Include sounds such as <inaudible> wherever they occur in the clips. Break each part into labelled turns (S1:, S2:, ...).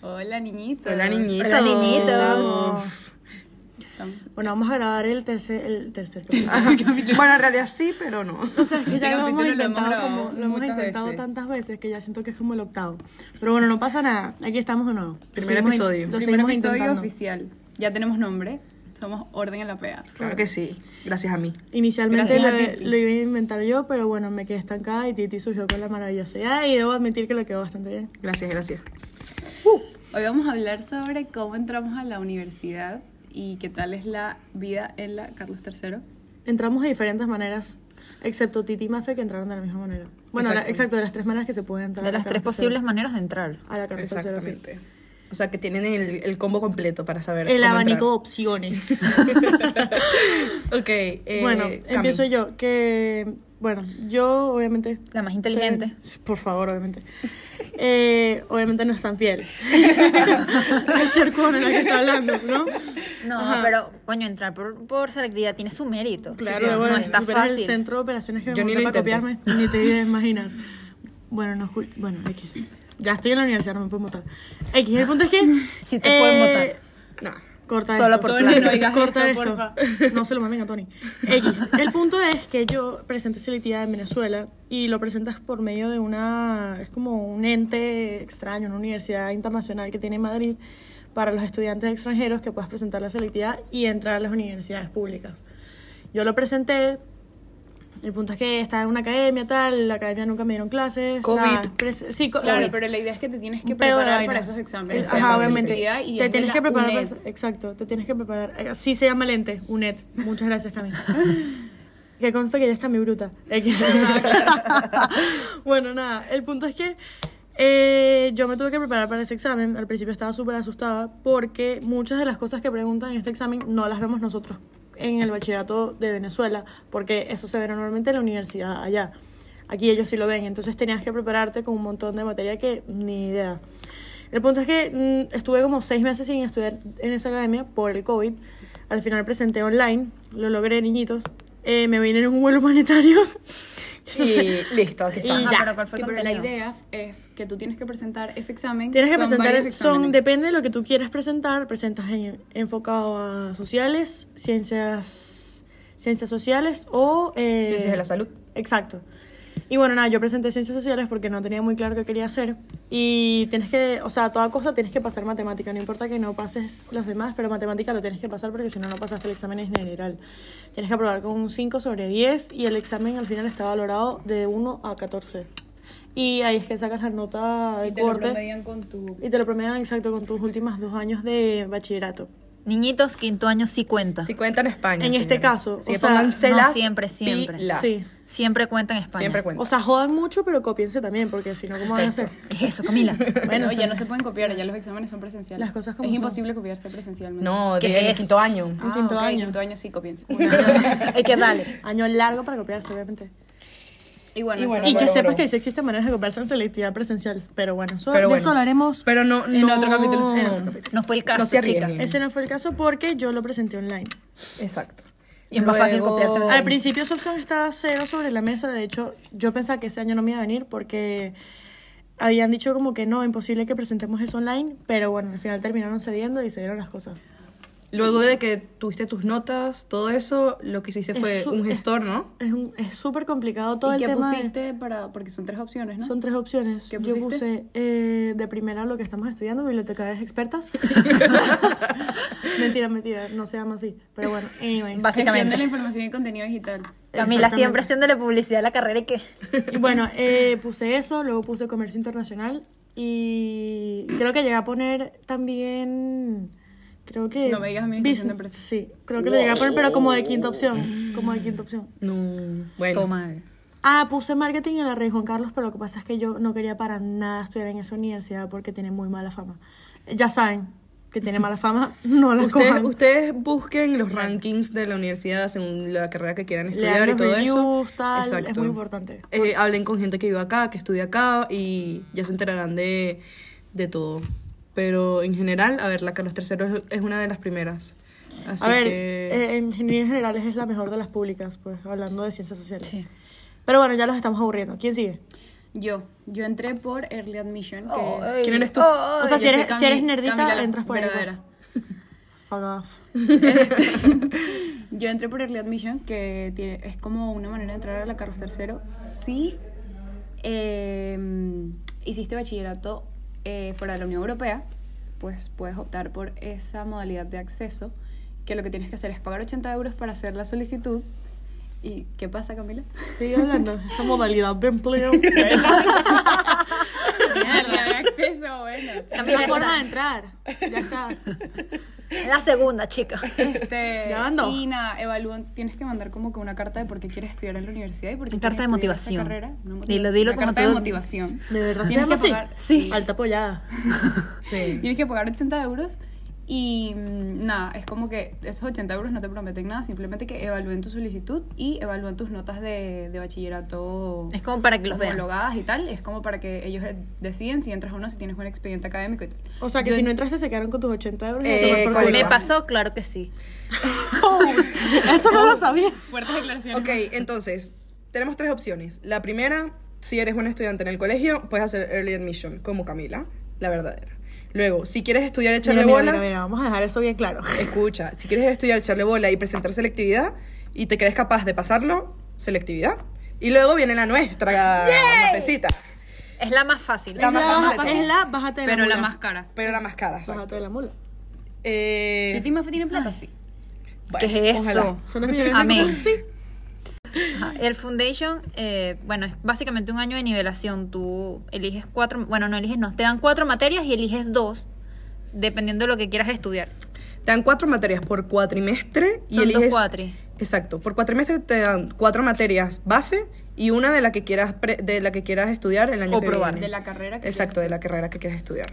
S1: Hola niñitos.
S2: Hola niñitos.
S3: Hola, niñitos.
S2: Vamos.
S3: Bueno, vamos a grabar el tercer, el tercer
S2: Ajá.
S3: programa.
S2: Bueno, en realidad sí, pero no.
S3: <laughs> O sea, es que
S1: Este
S3: ya lo hemos
S1: capítulo lo hemos
S3: intentado,
S1: grabado
S3: como- lo hemos
S1: muchas
S3: intentado
S1: veces.
S3: tantas veces que ya siento que es como el octavo. Pero bueno, no pasa nada. Aquí estamos de nuevo. Lo
S2: Primer
S3: seguimos in-
S2: episodio.
S3: Lo
S1: Primer
S3: seguimos
S1: episodio
S3: intentando.
S1: oficial. Ya tenemos nombre. Somos Orden en la PEA.
S2: Claro que sí. Gracias a mí.
S3: Inicialmente
S1: Gracias a
S3: lo,
S1: Titi.
S3: lo iba a inventar yo, pero bueno, me quedé estancada y Titi surgió con la maravillosa idea y debo admitir que lo quedó bastante bien.
S2: Gracias, gracias.
S1: Hoy vamos a hablar sobre cómo entramos a la universidad y qué tal es la vida en la Carlos III.
S3: Entramos de diferentes maneras, excepto Titi y Mafe que entraron de la misma manera. Bueno, la-
S2: Exacto.
S3: exacto, de las tres maneras que se puede entrar.
S4: De
S3: a la
S4: las tres
S3: Carlos
S4: posibles
S3: III.
S4: maneras de entrar.
S3: A la Carlos III, sí.
S2: Exactamente. O sea, que tienen el, el combo completo para saber.
S3: El
S2: cómo
S3: abanico de
S2: entrar.
S3: opciones. <laughs>
S2: <laughs> Ok. eh,
S3: bueno,
S2: Cami.
S3: empiezo yo. Que, bueno, yo obviamente.
S4: La más inteligente.
S3: soy- por favor, obviamente. <laughs> Eh, obviamente no es tan
S4: <laughs>
S3: fiel. es Charcona la que está hablando, ¿no?
S4: No, pero coño, entrar por, por selectividad tiene su mérito.
S2: Claro,
S3: Pero
S4: no,
S3: bueno,
S4: está
S3: si fuera el
S4: fácil.
S3: centro de operaciones que me
S2: Yo ni
S3: monté
S2: lo
S3: para
S2: intenté.
S3: copiarme, ni te imaginas. Bueno, no, escu- bueno, X. Ya estoy en la universidad, no me puedo votar. X, el punto es que.
S4: <laughs>
S3: eh,
S4: Sí te pueden votar.
S3: <laughs>
S2: No.
S3: Corta
S4: Solo
S3: esto.
S4: por
S3: Tony,
S4: plata.
S3: no digas Corta
S1: esto,
S3: esto. No se lo manden a Tony. X. El punto es que yo presenté selectividad en Venezuela y lo presentas por medio de una. Es como un ente extraño, una universidad internacional que tiene en Madrid para los estudiantes extranjeros que puedas presentar la selectividad y entrar a las universidades públicas. Yo lo presenté. El punto es que estaba en una academia, tal. La academia nunca me dieron clases.
S2: COVID.
S3: nada, pres- sí, co-
S1: Claro,
S3: COVID.
S1: pero la idea es que te tienes que
S3: Peor
S1: preparar
S3: vainas.
S1: para esos
S3: El-
S1: exámenes.
S3: Ajá,
S2: Exacto.
S3: obviamente.
S1: Y
S3: Te tienes que preparar. para eso. exacto, te tienes que preparar. Eh, Así se llama el ente, UNED. Muchas gracias, Cami. que consta que ya está mi bruta. X. bueno, nada, el punto es que eh, yo me tuve que preparar para ese examen. Al principio estaba súper asustada porque muchas de las cosas que preguntan en este examen no las vemos nosotros en el bachillerato de Venezuela, porque eso se ve normalmente en la universidad allá. Aquí ellos sí lo ven, entonces tenías que prepararte con un montón de materia que ni idea. El punto es que mm, estuve como seis meses sin estudiar en esa academia por el COVID. Al final presenté online, lo logré, niñitos. Eh, me vine en un vuelo humanitario. <laughs>
S2: Y listo, aquí está.
S3: Y
S4: Ajá,
S3: ya.
S4: pero ¿cuál fue
S1: Sí,
S4: el
S1: pero la
S4: contenido?
S1: idea es que tú tienes que presentar ese examen.
S3: Tienes que
S1: Son
S3: presentar,
S1: varios
S3: son,
S1: exámenes.
S3: depende de lo que tú quieras presentar, presentas en- enfocado a sociales, ciencias, ciencias sociales o... eh,
S2: Ciencias de la salud.
S3: Exacto. Y bueno, nada, yo presenté ciencias sociales porque no tenía muy claro qué quería hacer. Y tienes que, o sea, a toda costa tienes que pasar matemática, no importa que no pases los demás, pero matemática lo tienes que pasar porque si no, no pasaste el examen en general. Tienes que aprobar con un 5 sobre 10 y el examen al final está valorado de 1 a 14. Y ahí es que sacas la nota de
S1: Y te lo
S3: corte.
S1: promedian con tu
S3: Y te lo promedian exacto con tus últimas dos años de bachillerato.
S4: Niñitos, quinto año sí cuenta.
S2: Si cuentan España.
S3: En este caso,
S2: Si
S3: o sea,
S2: pónganse
S4: no,
S2: las
S4: siempre, siempre.
S2: pilas.
S3: Sí.
S4: Siempre cuenta en España.
S2: Siempre cuentan.
S3: O sea, jodan mucho, pero copiense también, porque si no, ¿cómo van a hacer?
S2: Exacto.
S4: ¿Qué es eso, Camila?
S3: Bueno,
S1: Bueno,
S3: o
S1: ya
S3: sea,
S1: no se pueden copiar, ya los exámenes son presenciales.
S3: Las cosas
S1: Es
S3: como son.
S1: imposible copiarse presencialmente.
S2: no,
S4: ¿Qué
S2: de
S4: es?
S2: quinto año.
S1: Ah,
S3: quinto
S1: ok,
S3: año.
S1: quinto año sí copiense.
S4: Hay que darle.
S3: Año largo para copiarse, obviamente.
S1: <laughs> Y bueno,
S2: Y bueno,
S1: eso-
S3: y que
S2: bueno,
S3: sepas
S2: bueno.
S3: que sí existen maneras de copiarse en selectividad presencial. Pero bueno, eso,
S2: Pero
S3: de
S2: bueno.
S3: eso hablaremos.
S2: Pero no,
S1: En
S2: no-
S1: otro capítulo.
S3: en otro capítulo.
S4: No fue el caso,
S2: No se
S4: chica.
S2: arriesguen.
S3: Ese no fue el caso porque yo lo presenté online.
S2: Exacto. Ah,
S4: Y es más fácil copiarse
S2: Oh.
S3: Al
S4: online.
S3: principio esa opción estaba cero sobre la mesa. De hecho, yo pensaba que ese año no me iba a venir porque habían dicho como que no, imposible que presentemos eso online. Pero bueno, al final terminaron cediendo y se dieron las cosas.
S2: Luego de que tuviste tus notas, todo eso, lo que hiciste fue
S3: Es su-
S2: un
S3: es-
S2: gestor, ¿no?
S3: Es un- es súper complicado todo
S1: ¿Y
S3: el
S1: qué
S3: tema. de-
S1: pusiste para.? Porque son tres opciones, ¿no?
S3: Son tres opciones.
S1: ¿Qué
S3: Yo
S1: pusiste?
S3: puse eh, de primera lo que estamos estudiando,
S1: <laughs>
S3: bibliotecarias expertas. mentira, mentira, no se llama así. Pero bueno, anyways.
S4: Bas- básicamente.
S1: Gestión de la información y contenido digital.
S4: Camila siempre
S3: Exactamente.
S4: haciéndole publicidad a la carrera y que.
S3: Y bueno, eh, puse eso, luego puse comercio internacional y creo que llegué a poner también... Creo que...
S1: No me digas administración de
S3: business-
S1: empresas.
S3: Sí, creo que lo llegué a poner, pero como de quinta opción. Como de quinta opción.
S2: No. Bueno.
S4: Toma.
S3: Ah, puse marketing en la Rey Juan Carlos, pero lo que pasa es que yo no quería para nada estudiar en esa universidad porque tiene muy mala fama. Ya saben que tiene mala fama, <laughs> no la
S2: Ustedes,
S3: cojan.
S2: ustedes busquen los rankings de la universidad según la carrera que quieran
S3: Lean
S2: estudiar y
S3: los
S2: todo
S3: reviews,
S2: eso.
S3: tal, es muy importante.
S2: Eh, hablen con gente que vive acá, que estudia acá y ya se enterarán de, de todo. Pero en general, a ver, la Carlos III es, es una de las primeras. Así
S3: a ver,
S2: que...
S3: eh, en ingeniería en general es la mejor de las públicas, pues hablando de ciencias sociales.
S4: Sí.
S3: Pero bueno, ya los estamos aburriendo. ¿Quién sigue?
S1: Yo, yo entré por Early Admission, que es-
S4: Ay,
S2: ¿Quién eres tú?
S4: ay,
S3: O sea,
S1: Oh, yo
S3: si eres-
S1: soy
S3: si eres
S1: Cami-
S3: nerdita,
S1: Camila la
S3: entras por ahí,
S1: verdadera.
S3: Fuck off.
S1: Yo entré por Early Admission, que tiene- es como una manera de entrar a la Carlos Tercero. Si eh, hiciste bachillerato eh, fuera de la Unión Europea, pues puedes optar por esa modalidad de acceso, que lo que tienes que hacer es pagar 80 euros para hacer la solicitud. ¿Y qué pasa, Camila?
S3: Sigue hablando. Esa modalidad de empleo.
S1: <laughs> Mierda, de acceso, bueno.
S4: Camila
S3: La forma de
S4: está.
S3: entrar. Ya está.
S4: La segunda, chica. <laughs>
S1: Este,
S3: Ya ando.
S1: y nada, evalúan, tienes que mandar como que una carta de por qué quieres estudiar en la universidad y por qué
S4: Una carta
S1: quieres
S4: de
S1: estudiar esa
S4: motivación.
S1: carrera. Una motiva-
S4: Dilo, dilo
S1: una
S4: como
S1: carta
S4: tú-
S1: de motivación.
S3: De verdad, se
S1: Tienes
S3: llama
S1: que
S3: así.
S1: pagar,
S4: Sí.
S3: Alta pollada.
S2: Sí.
S1: Tienes que pagar 80 euros y mm, nada, es como que esos 80 euros no te prometen nada, simplemente que evalúen tu solicitud y evalúen tus notas de, de bachillerato
S4: Es como para que los vean.
S1: homologadas y tal, es como para que ellos eh, deciden si entras o no, si tienes un expediente académico y tal.
S3: O sea, que si no entraste se quedaron con tus 80 euros. y
S2: Eh,
S3: se fue por
S2: con-
S3: culo. <laughs>
S4: ¿Me pasó? Claro que sí.
S3: Eso no lo sabía.
S1: Fuertes declaraciones.
S2: Ok, entonces, tenemos tres opciones. La primera, si eres un estudiante en el colegio, puedes hacer early admission, como Camila, la verdadera. Luego, si quieres estudiar echarle
S3: Mira, mira,
S2: bola,
S3: mira, mira, vamos a dejar eso bien claro.
S2: escucha, si quieres estudiar echarle bola y presentar selectividad y te crees capaz de pasarlo, selectividad. Y luego viene la nuestra, cafecita,
S4: Es la más fácil.
S2: La más
S3: Es
S2: fácil de
S3: baja-
S2: todas.
S3: Es la bájate de la
S1: Pero la
S3: mula.
S1: más cara.
S2: pero la más cara. exacto.
S3: Bájate de la mula.
S2: Eh,
S1: ¿De ti más tiene plata? Sí.
S2: bueno,
S4: ¿Qué es
S2: ojalá.
S4: eso?
S3: Son los millones de
S4: Amén.
S3: cosas. Sí.
S4: Ajá. El foundation, eh, bueno, es básicamente un año de nivelación. Tú eliges cuatro, bueno, no eliges, no, te dan cuatro materias y eliges dos, dependiendo de lo que quieras estudiar.
S2: Te dan cuatro materias por cuatrimestre y
S4: Son dos
S2: eliges-
S4: cuatri.
S2: Exacto, por cuatrimestre te dan cuatro materias base y una de la que quieras pre- de la que quieras estudiar el año
S4: O
S2: que
S4: probar.
S2: viene.
S1: De la carrera que
S2: Exacto, de la carrera que quieras estudiar.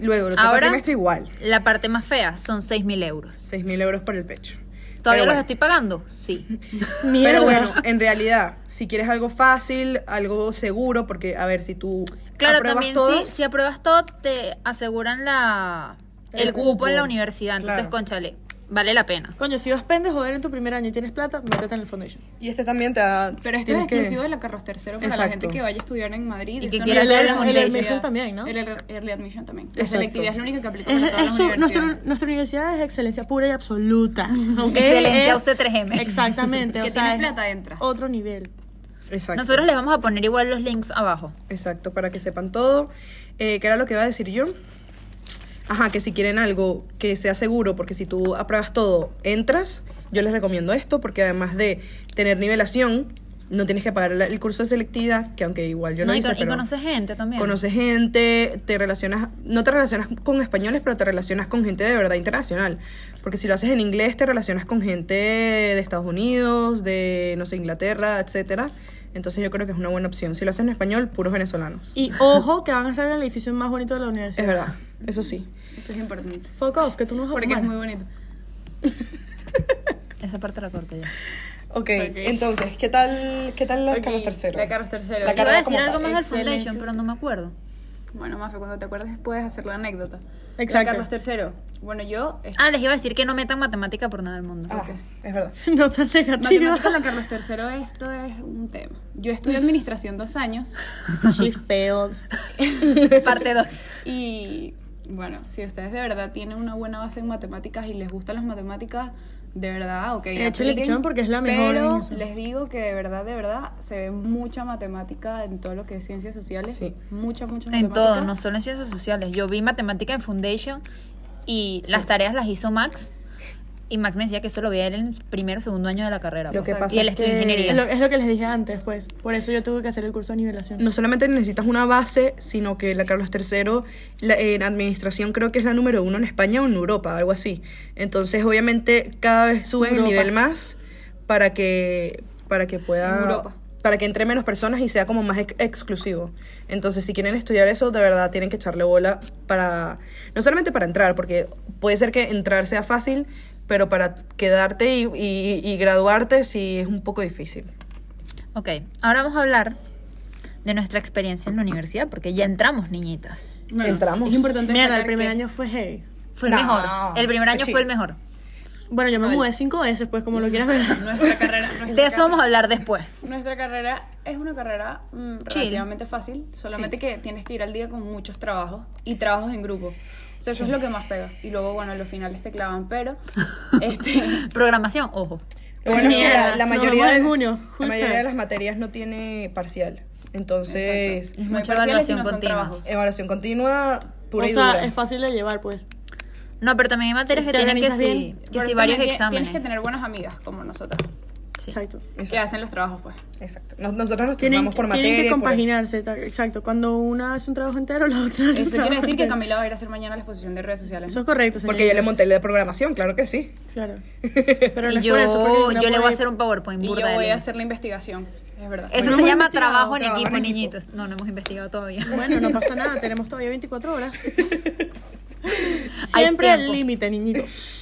S2: Luego, el otro
S4: Ahora,
S2: cuatrimestre igual,
S4: la parte más fea son 6.000 euros.
S2: 6.000 euros por el pecho.
S4: ¿Todavía
S2: Pero
S4: los
S2: bueno.
S4: estoy pagando? Sí.
S2: <laughs>
S3: Mierda.
S2: Pero bueno, en realidad, si quieres algo fácil, algo seguro, porque a ver, si tú
S4: Claro,
S2: apruebas
S4: también
S2: todos,
S4: si, si apruebas todo, te aseguran la, el,
S2: El
S4: cupo, en la
S2: cupo.
S4: universidad. Entonces,
S2: Claro.
S4: conchale, vale la pena.
S3: Coño, si vas pende joder en tu primer año y tienes plata, métete en el foundation.
S2: y este también te da
S1: Pero esto es
S2: tienes que-
S1: exclusivo de la Carros Tercero para la
S2: Exacto.
S1: gente que vaya a estudiar en Madrid.
S4: Y que
S1: Esto no
S4: quiera
S1: es
S4: hacer el
S1: la
S4: foundation.
S1: universidad.
S3: Early admission también, ¿no?
S1: El ear- early admission también. La
S2: Exacto.
S1: selectividad es la única que aplica
S3: Es-
S1: para todas
S3: es
S1: las
S3: su- nuestro-
S1: universidades.
S3: nuestra universidad es excelencia pura
S1: <laughs>
S3: y absoluta. ¿ok?
S4: Excelencia
S3: Es-
S4: UC3M.
S3: Exactamente. o
S1: Que
S3: sea,
S1: tienes
S3: es
S1: plata, entras.
S3: Otro nivel.
S2: Exacto.
S4: Nosotros les vamos a poner igual los links abajo.
S2: Exacto, para que sepan todo. Eh, ¿Qué era lo que iba a decir yo? Ajá, que si quieren algo que sea seguro, porque si tú apruebas todo, entras, yo les recomiendo esto, porque además de tener nivelación, no tienes que pagar la- el curso de selectividad, que aunque igual yo no,
S4: No, y,
S2: hice,
S4: con- y
S2: pero
S4: conoces gente también.
S2: conoces gente, te relacionas, no te relacionas con españoles, pero te relacionas con gente de verdad internacional. Porque si lo haces en inglés, te relacionas con gente de Estados Unidos, de, no sé, Inglaterra, etcétera. Entonces yo creo que es una buena opción. Si lo haces en español, puros venezolanos.
S3: Y ojo que van a ser el edificio más bonito de la universidad.
S2: Es verdad, eso sí.
S1: Eso es importante.
S3: Fuck off, que tú no vas a
S1: Porque es
S3: fumar.
S1: muy bonito.
S4: Esa parte la corto ya.
S2: Ok, entonces, ¿qué tal, qué tal la Carlos III?
S1: La Carlos Tercero.
S2: La
S4: Iba
S2: carrera
S4: a decir
S2: como
S4: algo
S2: tal.
S4: más del Foundation,
S1: Excelencia.
S4: pero no me acuerdo.
S1: Bueno, Mafe, cuando te acuerdes puedes hacer la anécdota. La
S3: Exacto.
S1: Carlos Tercero. Bueno, yo... es-
S4: Ah, les iba a decir que no metan matemática por nada del mundo.
S2: Ah, es verdad.
S3: <laughs> No tan negativa.
S1: Matemáticas en la Carlos Tercero, esto es un tema. Yo estudié administración dos años.
S3: <laughs> She failed.
S4: <laughs> Parte 2.
S1: Y bueno, si ustedes de verdad tienen una buena base en matemáticas y les gustan las matemáticas, de verdad, ok.
S3: Échale
S1: apliquen,
S3: pichón porque es la mejor en
S1: Pero
S3: eso.
S1: les digo que de verdad, de verdad, se ve mucha matemática en todo lo que es ciencias sociales.
S2: Sí.
S1: Mucha, mucha
S4: En
S1: matemática.
S4: todo, no solo en ciencias sociales. Yo vi matemática en Foundation y las tareas las hizo Max. Y Max me decía que eso lo veía él en el primer o segundo año de la carrera.
S2: Lo
S4: pues.
S2: que pasa
S4: y él
S2: es
S4: estudió
S2: que-
S4: ingeniería.
S3: Es Eh, lo, es lo que les dije antes, pues. Por eso yo tuve que hacer el curso de nivelación.
S2: No solamente necesitas una base, sino que la Carlos III la- en administración creo que es la número uno en España o en Europa, algo así. Entonces, obviamente, cada vez suben
S3: Europa.
S2: el nivel más para que, para que pueda...
S1: En Europa.
S2: Para que entre menos personas y sea como más ex- exclusivo. Entonces, si quieren estudiar eso, de verdad tienen que echarle bola para... No solamente para entrar, porque puede ser que entrar sea fácil, pero para quedarte y, y- y graduarte sí es un poco difícil.
S4: Ok, ahora vamos a hablar de nuestra experiencia en la universidad, porque ya entramos, niñitas.
S1: Bueno,
S2: Entramos.
S1: Es importante
S3: Mierda,
S1: destacar
S3: el primer
S1: que-
S3: año fue heavy.
S4: Fue el
S2: No,
S4: mejor. El primer año
S2: sí.
S4: fue el mejor.
S3: Bueno, yo me mudé cinco veces, pues, como lo quieras
S4: <laughs>
S3: ver.
S1: Nuestra carrera. nuestra
S4: De eso
S1: carrera-
S4: vamos a hablar después.
S1: Nuestra carrera es una carrera mm,
S4: Chill.
S1: relativamente fácil, solamente que tienes que ir al día con muchos trabajos y trabajos en grupo. O sea, eso es lo que más pega. Y luego, bueno, los finales te clavan,
S4: <laughs>
S1: pero este,
S4: Programación, ojo.
S2: Lo bueno es que
S3: Mierda,
S2: la, la
S3: nos
S2: mayoría,
S3: vemos en
S2: de-
S3: junio,
S2: la
S3: justo.
S2: mayoría de las materias no tiene parcial. Entonces,
S4: Es
S1: no hay
S4: mucha
S1: parciales y
S4: evaluación
S1: no son
S4: continua.
S1: trabajos.
S2: evaluación continua, pura
S3: o
S2: y
S3: sea,
S2: dura.
S3: es fácil de llevar, pues.
S4: No, pero también hay materias
S3: Si
S4: que
S3: te
S4: tienen que
S3: organizas
S4: sí,
S3: bien,
S4: que
S1: pero
S4: sí varios
S1: también tie-
S4: exámenes.
S1: Tienes que tener buenas amigas como nosotras,
S4: Sí.
S3: Exacto.
S1: que hacen los trabajos,
S4: <laughs>
S1: pues.
S2: Exacto. Nos- nosotros nos
S3: Tienen,
S2: turnamos por
S3: tienen
S2: materia. pues. y
S3: que
S2: por eso.
S3: compaginarse, ta- exacto. Cuando una hace un trabajo entero, la otra hace
S1: Eso
S3: un
S1: quiere
S3: trabajo
S1: decir que
S3: entero.
S1: Camila va a ir a hacer mañana la exposición de redes sociales.
S3: Eso
S1: ¿no?
S3: es correcto, señor.
S2: Porque yo le monté la programación, claro que sí.
S3: Claro.
S2: <laughs>
S3: Pero no
S4: Y
S3: es
S4: yo,
S3: por eso, porque ninguna
S4: yo le voy a
S3: puede-
S4: hacer un PowerPoint
S1: Y yo
S4: burda de Eh,
S1: voy a
S4: lento.
S1: hacer la investigación, es verdad.
S4: Eso
S2: Bueno,
S4: se
S2: hemos
S4: llama
S2: investigado,
S4: trabajo en
S2: trabajo
S4: equipo,
S2: en equipo.
S4: niñitos. No, no hemos investigado todavía.
S3: <laughs> Bueno, no pasa nada, tenemos todavía 24 horas.
S4: Hay
S3: Siempre al
S4: tiempo.
S3: límite, niñitos.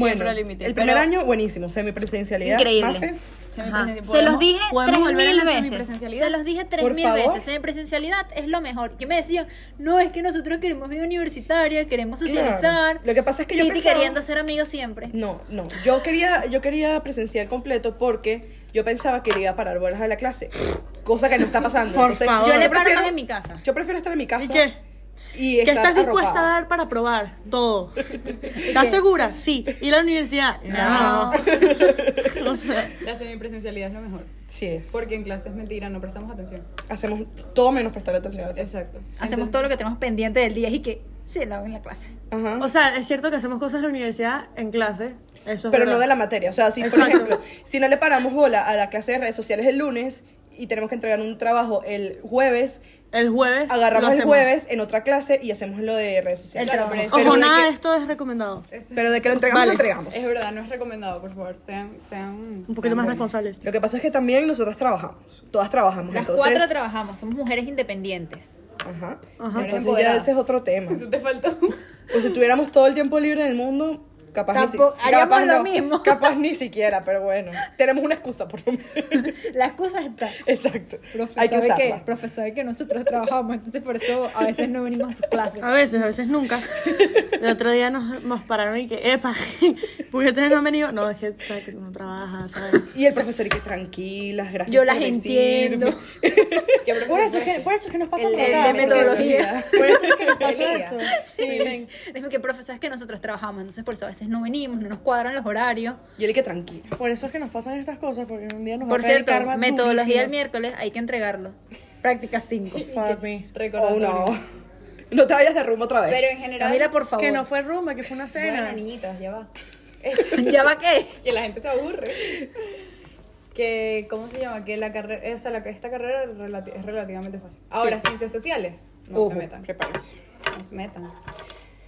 S1: al límite,
S2: el primer
S1: pero-
S2: año, buenísimo. Semipresencialidad.
S4: Increíble.
S2: Mafe,
S1: Semipresencial.
S4: Se los
S1: ¿Podemos-
S4: dije
S1: podemos volver a la
S4: 3.000 veces.
S1: semipresencialidad?
S4: Se los dije
S2: Por
S4: 3.000
S2: favor.
S4: veces. Semipresencialidad es lo mejor. Que me decían, no, es que nosotros queremos vida universitaria, queremos socializar.
S2: Lo que pasa es que yo
S4: Titi
S2: pensaba- Mm.
S4: queriendo ser amigos siempre.
S2: No, no. Yo quería, yo quería presencial completo porque yo pensaba que le iba a parar bolas a la clase. Cosa que no está pasando.
S3: Por favor. Yo
S4: le paro
S2: prefiero-
S4: más en mi casa.
S2: Yo prefiero estar en mi casa.
S3: ¿Y qué?
S2: Y
S3: ¿Qué
S2: estar
S3: estás dispuesta a
S2: arropada.
S3: dar para probar?
S2: <laughs>
S3: Todo. ¿Estás segura? Sí. ¿Y la universidad? No. o sea,
S1: La semipresencialidad es lo mejor.
S2: Sí es.
S1: Porque en clases mentira, no prestamos atención.
S2: Hacemos todo menos prestar atención a la clase.
S1: Exacto.
S4: Hacemos todo lo que tenemos pendiente del día y que se la hago en la clase.
S2: Ajá.
S3: o sea, es cierto que hacemos cosas en la universidad en clase. Eso es
S2: pero
S3: verdad.
S2: no de la materia. O sea, si por
S3: Exacto.
S2: ejemplo, si no le paramos bola a la clase de redes sociales el lunes y tenemos que entregar un trabajo el jueves,
S3: El jueves.
S2: agarramos
S3: lo
S2: el
S3: hacemos.
S2: jueves en otra clase y hacemos lo de redes sociales.
S1: Claro, pero
S3: Ojo,
S2: de
S3: nada de
S2: que-
S3: esto es recomendado.
S1: Es,
S2: Pero de que lo entregamos,
S3: Vale.
S2: lo entregamos.
S1: es verdad, no es recomendado, por favor. Sean. sean
S3: Un
S2: Ah,
S3: poquito más responsables.
S2: Lo que pasa es que también nosotras trabajamos. Todas trabajamos.
S4: Las
S2: entonces,
S4: cuatro trabajamos, somos mujeres independientes.
S2: Ajá.
S3: Ajá.
S2: Entonces ya
S1: Empoderadas.
S2: ese es otro tema.
S1: Eso te faltó.
S2: O si tuviéramos todo el tiempo libre del mundo, capaz ni si-
S4: Tampoco- haríamos
S2: capaz
S4: lo
S2: no,
S4: mismo.
S2: Capaz ni siquiera, pero bueno. Tenemos una excusa por lo menos.
S4: Las cosas están.
S2: Exacto. Hay que usarla.
S4: que nosotros trabajamos, entonces por eso a veces no venimos a sus clases.
S3: A veces, a veces nunca. El otro día nos, nos pararon y que, epa, <laughs> ¿por qué ustedes no han venido? No, es que, ¿sabes? que tú no trabajas, ¿sabes?
S2: Y el profesor y que tranquilas, gracias.
S4: <laughs> Yo las
S2: por
S4: entiendo.
S1: Que
S2: Por eso, es que, por eso es que nos pasa
S4: El-
S2: por
S4: el
S2: acá,
S4: de
S2: mi querida.
S4: metodología.
S2: <laughs> Por eso es que nos
S3: Pasó
S2: pasa eso.
S3: eso. Sí, ven.
S4: Es que profesor, sabes que nosotros trabajamos, entonces por eso a veces no venimos, no nos cuadran los horarios.
S2: Y él y que tranquila.
S3: Por eso es que nos pasan estas cosas, porque un día nos va
S4: Por
S3: a caer
S4: cierto,
S3: karma
S4: metodología el
S3: durísimo.
S4: miércoles, hay que entregarlo. Práctica 5.
S3: Fuck me.
S2: Oh no. No te vayas de rumbo otra vez.
S1: Pero en general.
S4: Camila, por favor.
S3: Que no fue rumba, que fue una cena.
S1: Bueno, niñitas, ya va.
S4: <laughs>
S1: Este,
S4: ¿Ya va qué?
S1: <laughs> que la gente se aburre. Que, ¿cómo se llama? Que la carrera, eh, o sea, la, esta carrera es relati- es relativamente fácil. Ahora, ciencias sociales, no
S2: Ojo,
S1: se metan.
S2: prepárense.
S1: No se metan.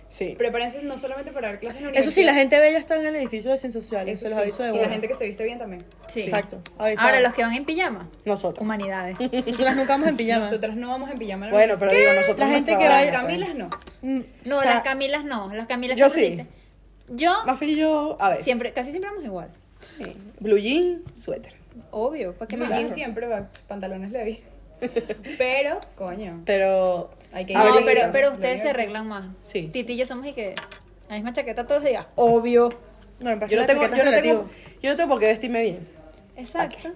S2: Sí.
S1: Prepárense no solamente para dar clases en la
S3: Eso sí, la
S1: universidad,
S3: gente bella está en el edificio de ciencias sociales,
S1: eso
S3: se los
S1: sí.
S3: aviso de
S1: Y
S3: una.
S1: la gente que se viste bien también.
S4: Sí.
S3: Exacto. avisado.
S4: Ahora, los que van en pijama,
S2: Nosotros.
S4: <laughs> humanidades.
S3: Nosotras nunca vamos en pijama.
S1: Nosotras no vamos en pijama. a la
S2: Bueno,
S1: universidad.
S2: pero digo, nosotros
S3: La
S2: nos
S3: gente que
S1: Las
S2: trabajamos,
S3: vaya-
S2: pues.
S1: Camilas no.
S3: Mm,
S4: No,
S2: O sea,
S4: las Camilas no, las Camilas
S2: yo
S4: siempre
S2: sí.
S4: existen. Yo
S2: Mafi y yo, a ver.
S4: siempre, casi siempre vamos igual.
S2: Sí. Blue jean, suéter.
S4: Obvio, ¿para qué
S1: Blue
S4: más?
S1: jean siempre va, pantalones
S3: <laughs>
S1: levi. pero, coño.
S2: Pero.
S1: Hay que ir.
S2: a
S4: No,
S2: ver,
S4: pero,
S2: mira,
S4: pero
S1: la
S4: ustedes se
S1: diversidad.
S4: arreglan más.
S2: Sí.
S4: Titi y yo somos y que la misma chaqueta todos los días. Obvio.
S3: no, en
S2: Yo no,
S3: la
S2: tengo,
S3: chaqueta
S2: yo, no
S3: es
S2: tengo,
S3: relativo.
S2: yo no tengo por qué vestirme bien.
S4: Exacto.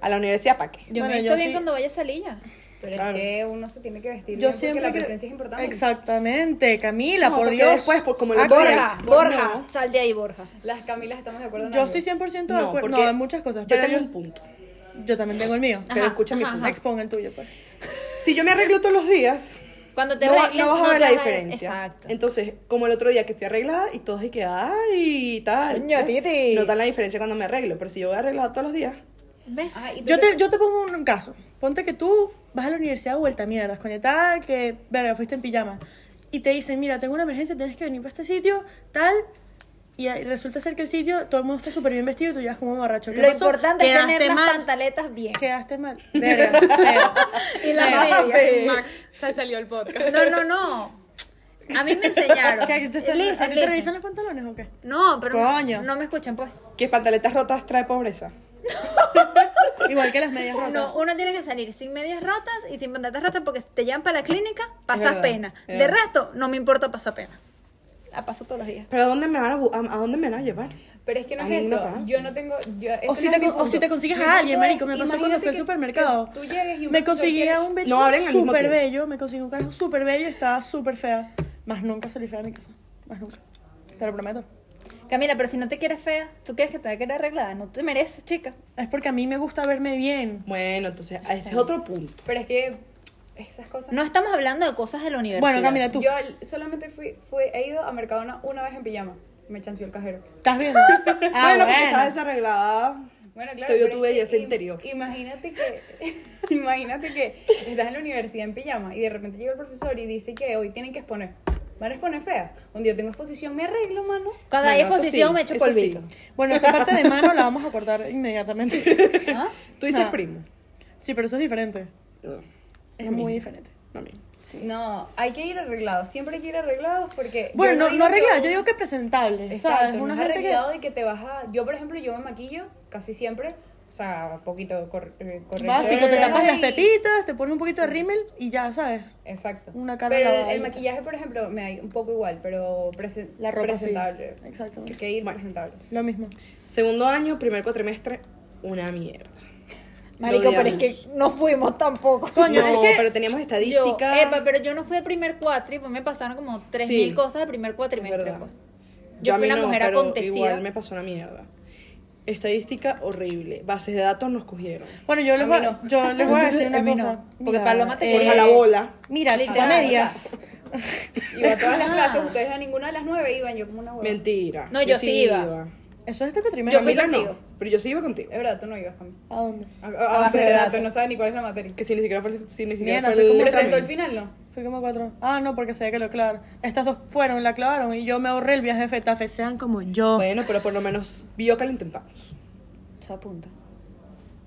S2: A la universidad, ¿para qué?
S4: Yo
S3: Bueno,
S4: me
S3: yo
S4: he visto bien
S3: sí.
S4: cuando vaya a salir ya.
S1: Pero
S2: Claro.
S1: es que uno se tiene que vestir bien
S3: Yo
S1: porque
S3: siempre.
S1: la
S3: que-
S1: presencia es importante.
S3: Exactamente, Camila,
S2: No,
S3: por
S2: porque
S3: Dios.
S2: después, por- como lo
S3: Ah,
S2: todas-
S3: claro.
S4: Borja, Borja,
S2: no.
S4: sal de ahí, Borja.
S1: Las Camilas estamos de acuerdo en
S3: Yo
S1: algo.
S3: estoy 100% de
S2: No,
S3: acuerdo.
S2: porque
S3: No, en muchas cosas.
S2: Yo
S3: Pero
S2: tengo
S3: yo,
S2: un punto.
S3: yo también tengo el mío.
S2: Pero escucha mi punto.
S3: Exponga el tuyo, pues.
S2: Si yo me arreglo todos los días,
S4: Cuando te
S2: no, va-
S4: arregles,
S2: no vas a ver
S4: te
S2: la
S4: vas
S2: diferencia.
S4: Exacto.
S2: Entonces, como el otro día que fui arreglada y todos y que, ay, y tal.
S4: Coño,
S2: ¿ves?
S4: Titi.
S2: Notan la diferencia cuando me arreglo, pero si yo voy arreglada todos los días,
S4: ¿Ves?
S1: Ah, y tú
S3: Yo
S1: te-
S3: te, yo te pongo un caso. Ponte que tú vas a la universidad vuelta, mierda, desconectada, que, verga, fuiste en pijama. Y te dicen, mira, tengo una emergencia, tienes que venir para este sitio, tal. Y ahí resulta ser que el sitio, todo el mundo está súper bien vestido y tú llegas como un borracho. ¿Qué
S4: Lo
S3: pasó?
S4: importante es
S3: Quedaste
S4: tener las
S3: mal.
S4: pantaletas bien.
S3: <laughs> Quedaste mal. Verga,
S4: <laughs>
S3: feo.
S4: Y las
S3: Feo.
S4: medias.
S2: Mafe.
S3: <laughs>
S1: Max, se salió el podcast.
S4: No, no, no. A mí
S3: <laughs>
S4: me enseñaron.
S3: ¿Qué, a ti te, están-
S4: Listen,
S3: a ti te
S4: listen.
S3: revisan los pantalones o qué?
S4: No, pero
S3: Coño.
S4: no me escuchan, pues.
S2: que pantaletas rotas trae pobreza.
S3: Igual que las medias rotas.
S4: No, uno tiene que salir sin medias rotas y sin pantaletas rotas porque si te llevan para la clínica, pasas
S2: verdad,
S4: pena.
S2: es
S4: De
S2: verdad.
S4: resto, no me importa pasar pena.
S1: la paso todos los días.
S2: ¿Pero a dónde me van a, bu- a, a dónde me van a llevar?
S1: Pero es que no
S2: Ahí
S1: es
S2: no
S1: eso.
S2: pagas.
S1: yo no tengo. yo-
S3: O
S1: ese
S3: si,
S1: no
S3: te,
S1: es mi
S3: con- o si
S1: punto.
S3: te consigues
S1: Mi
S3: a alguien,
S1: punto es,
S3: marico. Me pasó cuando
S1: imagínate
S3: fui al
S1: que-
S3: supermercado.
S1: que Tú llegues y un
S3: Me
S1: profesor
S3: conseguí a
S1: quiere-
S3: un
S2: No
S3: bicho
S2: hablen al mismo
S3: súper
S2: tiempo.
S3: bello. Me conseguí un carajo súper bello y estaba súper fea. Más nunca salí fea de mi casa. Más nunca. Te lo prometo.
S4: Camila, pero si no te quieres fea, tú quieres que te va a quedar arreglada, no te mereces, chica.
S3: Es porque a mí me gusta verme bien.
S2: Bueno, entonces, ese es otro punto.
S1: Pero es que esas cosas.
S4: No estamos hablando de cosas de la universidad.
S3: Bueno, Camila, tú.
S1: Yo solamente fui, fui, he ido a Mercadona una vez en pijama. Me chanceó el cajero.
S3: ¿Estás
S1: <laughs>
S3: viendo?
S4: Ah,
S2: bueno, porque estás desarreglada.
S1: Bueno, claro.
S2: Te dio
S1: pero
S2: tu
S1: es que
S2: belleza
S1: im-
S2: interior.
S1: Imagínate que, <laughs> imagínate que estás en la universidad en pijama y de repente llega el profesor y dice que hoy tienen que exponer. Van a exponer fea. Un día tengo exposición, me arreglo, mano.
S4: Cuando hay
S2: Bueno, eso
S4: exposición
S2: sí,
S4: me echo
S2: eso
S4: polvito.
S2: sí.
S3: Bueno, esa parte de mano la vamos a cortar inmediatamente. <laughs>
S2: Tú dices
S3: Ah.
S2: primo.
S3: Sí, pero eso es diferente.
S2: Ugh,
S3: Es muy diferente.
S2: no, mira.
S1: No, hay que ir arreglados. Siempre hay que ir arreglados porque.
S3: Bueno,
S1: yo
S3: no, no
S1: que-
S3: arreglado, yo digo que presentable. ¿sabes?
S1: Exacto, no
S3: Una
S1: es
S3: gente que-
S1: arreglado de que te vas a... Yo, por ejemplo, yo me maquillo casi siempre, o sea, poquito cor- eh, corrector
S3: Básico, te tapas las
S1: y-
S3: pepitas, te pones un poquito de rímel y ya, ¿sabes?
S1: Exacto.
S3: Una cara
S1: Pero el,
S3: lavada
S1: el
S3: y-
S1: maquillaje, por ejemplo, me da un poco igual, pero presen-
S3: La ropa sí.
S1: presentable.
S3: Exacto.
S1: Hay que ir
S2: Bueno.
S1: presentable.
S3: Lo mismo.
S2: Segundo año, primer cuatrimestre, una mierda.
S4: Marico,
S2: Lo
S4: pero es que
S2: odiamos.
S4: no fuimos tampoco.
S2: <laughs> Coño,
S3: es
S2: no,
S3: que-
S2: pero teníamos
S4: Yo,
S2: estadística.
S4: epa, pero yo no fui al primer cuatri, pues me pasaron como 3.000
S2: Sí.
S4: cosas al primer
S2: es
S4: cuatrimestre.
S2: verdad.
S4: pues. Yo,
S2: a
S4: fui
S2: mí
S4: una
S2: no,
S4: mujer
S2: pero
S4: acontecida.
S2: Igual me pasó una mierda. Estadística horrible. Bases de datos nos cogieron.
S3: Bueno, yo les, voy,
S1: mí no.
S3: yo les voy a decir
S4: A
S3: una
S4: mí
S3: cosa.
S4: no, porque Paloma te
S2: Por
S4: quería-
S2: a la bola.
S3: Mira, chapa
S4: Literal.
S3: medias.
S1: Iba a todas las
S4: <laughs> Ah.
S1: clases, ustedes a ninguna de las nueve iban, yo como una hueva.
S2: Mentira.
S4: No, yo sí iba.
S3: Eso es este cuatrimestre.
S4: Yo fui
S2: Camila no,
S4: contigo.
S2: pero yo sí iba contigo.
S1: Es verdad, tú no ibas conmigo.
S3: ¿A dónde?
S1: A, a-
S4: A
S1: a
S4: base de
S1: base de
S4: datos.
S1: datos, no sabes ni cuál es la materia.
S2: Que si ni siquiera fue, si ni siquiera
S3: Mierda,
S2: fue
S3: fue
S2: el
S3: como
S2: examen.
S1: Presentó el final, ¿no?
S3: Fui como cuatro. Ah, no, porque sabía que lo clavaron. Estas dos fueron, la clavaron y yo me ahorré el viaje de Fetafe. Sean como yo.
S2: Bueno, pero por lo menos vio que lo intentamos.
S4: Eso apunta.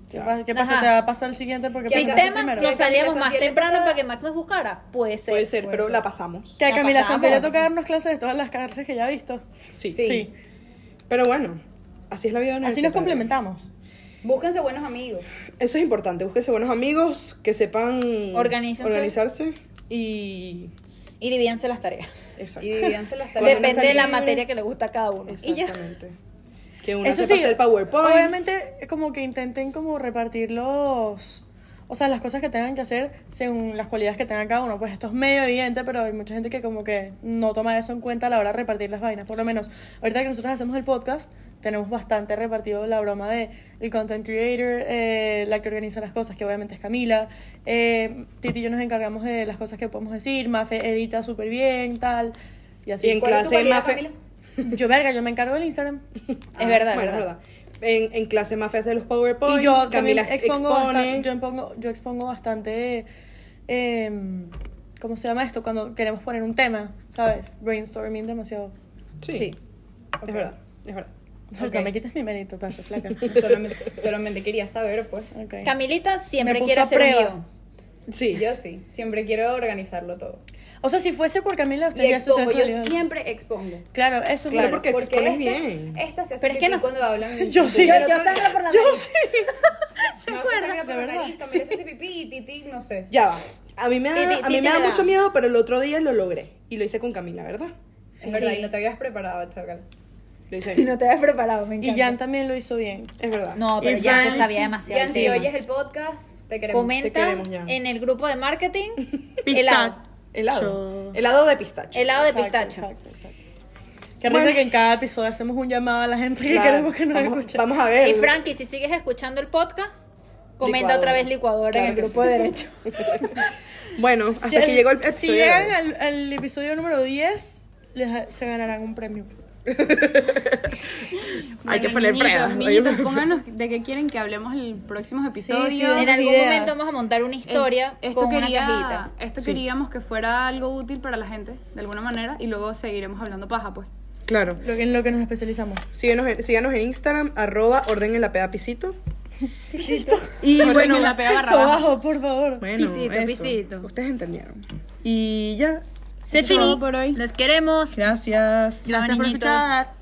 S3: ¿Qué,
S2: ya.
S3: pa- qué pasa?
S4: Ajá.
S3: ¿Te va a pasar el siguiente? Porque
S4: Si
S3: presentaste
S4: hay
S3: el
S4: temas,
S3: primero.
S4: nos salíamos
S1: Camila
S4: más
S1: Sanfiel
S4: temprano
S1: está-
S4: para que Max nos buscara. Puede ser.
S2: Puede ser,
S1: Puede
S2: pero
S1: ser.
S2: la pasamos.
S3: Que a
S4: La
S3: Camila
S4: pasamos.
S3: Sanfel le toca darnos clases de todas las cárceles que ya ha visto.
S2: Sí.
S1: Sí.
S2: Pero bueno, así es la vida
S3: Así
S2: universitaria.
S3: nos complementamos.
S1: Búsquense buenos amigos.
S2: Eso es importante, búsquense buenos amigos que sepan
S4: Organícense.
S2: organizarse y...
S4: Y divídanse las tareas.
S2: Exacto.
S1: Y divídanse las
S2: Cuando
S1: tareas.
S2: no
S4: Depende
S2: está
S4: de la
S2: libre.
S4: materia que le gusta a cada uno. Y ya.
S2: Exactamente. Que uno sepa hacer PowerPoint.
S3: Obviamente, como que intenten como repartir los... O sea, las cosas que tengan que hacer según las cualidades que tenga cada uno. Pues esto es medio evidente, pero hay mucha gente que como que no toma eso en cuenta a la hora de repartir las vainas. Por lo menos, ahorita que nosotros hacemos el podcast, tenemos bastante repartido la broma de el content creator, eh, la que organiza las cosas, que obviamente es Camila. Eh, Titi y yo nos encargamos de las cosas que podemos decir. Mafe edita súper bien, tal. Y así.
S2: Y en
S1: ¿Cuál es tu
S2: clase,
S1: cualidad,
S2: Mafe-
S1: Camila?
S3: Yo, verga, yo me encargo del Instagram.
S4: Es verdad,
S2: Ah, Bueno,
S4: es
S2: es verdad.
S4: verdad.
S2: En, en clase Mafe hace los PowerPoints,
S3: y yo
S2: Camila
S3: también expongo
S2: expone.
S3: bastan- yo expongo yo expongo bastante em, cómo se llama esto cuando queremos poner un tema sabes brainstorming demasiado
S2: Sí.
S4: Sí.
S2: Es verdad, es verdad.
S3: no me quites mi mérito paso
S2: <laughs>
S3: flaca
S1: Solamente, solamente quería saber, pues.
S3: okay.
S4: Camilita siempre
S3: puso
S4: quiere
S3: a
S4: hacer un
S3: prueba.
S4: guión.
S2: Sí.
S1: Yo sí, siempre quiero organizarlo todo.
S3: o sea si fuese por Camila usted
S1: Y
S3: ya se
S1: expongo,
S3: hubiese
S1: yo
S3: salido.
S1: siempre expongo.
S3: claro eso
S2: Pero
S3: claro.
S2: porque expones bien.
S1: Esta se hace
S4: Pero es que
S1: pipí
S4: nos-
S1: cuando hablan.
S3: Yo sí.
S4: <laughs> Yo,
S3: Pero
S4: yo
S3: tú-
S2: <laughs>
S4: sangro por la
S3: yo
S4: nariz.
S1: <laughs>
S3: sí
S1: ¿Se acuerdan?
S3: de verdad.
S1: pipí y tití, no sé.
S2: Ya va. A mí me
S4: Titi,
S2: da, a
S4: Titi
S2: mí me da
S4: le da.
S2: mucho miedo, pero el otro día lo logré. Y lo hice con Camila, ¿verdad?
S1: Es verdad, y no te habías preparado, chaval.
S2: Lo hice.
S4: <laughs> No te habías preparado, me
S3: y Jan también lo hizo bien
S2: Es verdad.
S4: No, pero
S3: Y
S4: ya se
S3: Fran,
S4: sabía demasiado.
S1: Ya,
S4: el
S1: si
S4: tema.
S1: oyes el podcast, te queremos.
S4: Comenta
S2: Te queremos, Jan.
S4: en el grupo de marketing helado.
S3: Pistacho.
S2: Helado.
S3: Yo-
S2: Helado de pistacho.
S4: Helado de
S3: Exacto,
S4: pistacho.
S3: exacto, exacto. Qué
S2: Bueno.
S3: rico que en cada episodio hacemos un llamado a la gente que
S2: Claro.
S3: <laughs> queremos que nos
S2: vamos,
S3: escuche.
S2: Vamos a ver.
S4: Y Eh, Frankie, si sigues escuchando el podcast, comenta
S2: Licuadora.
S4: otra vez licuadora
S2: Claro
S4: en el
S2: que
S4: grupo
S2: sí.
S4: de derecho.
S2: Bueno, hasta
S3: Si
S2: que
S3: el-
S2: llegó el
S3: Si
S2: episodio. de
S3: llegan
S2: hoy.
S3: al, al episodio número 10, les, se ganarán un premio.
S2: Hay que poner pruebas. hay que
S1: Niñitos,
S2: poner-
S1: pónganos de qué quieren que hablemos en el próximo episodio.
S3: sí,
S4: En
S3: Unas
S4: algún
S3: ideas.
S4: momento vamos a montar una historia
S1: Es- esto
S4: con
S1: quería-
S4: una cajita.
S1: Esto queríamos que fuera algo útil para la gente, de alguna manera, y luego seguiremos hablando paja, pues.
S2: <laughs> Claro.
S3: Lo que, en lo que nos especializamos.
S2: Síguenos en, síganos en Instagram, arroba orden en la peda pisito. Y bueno,
S1: en la peda barra
S3: Eso
S1: baja.
S3: bajo, por favor.
S2: bueno,
S4: Pisito,
S2: eso.
S4: pisito.
S2: Ustedes entendieron. Y ya.
S1: Eso es todo por hoy.
S4: Los queremos.
S2: Gracias.
S1: Gracias por
S4: niñitos.
S1: escuchar.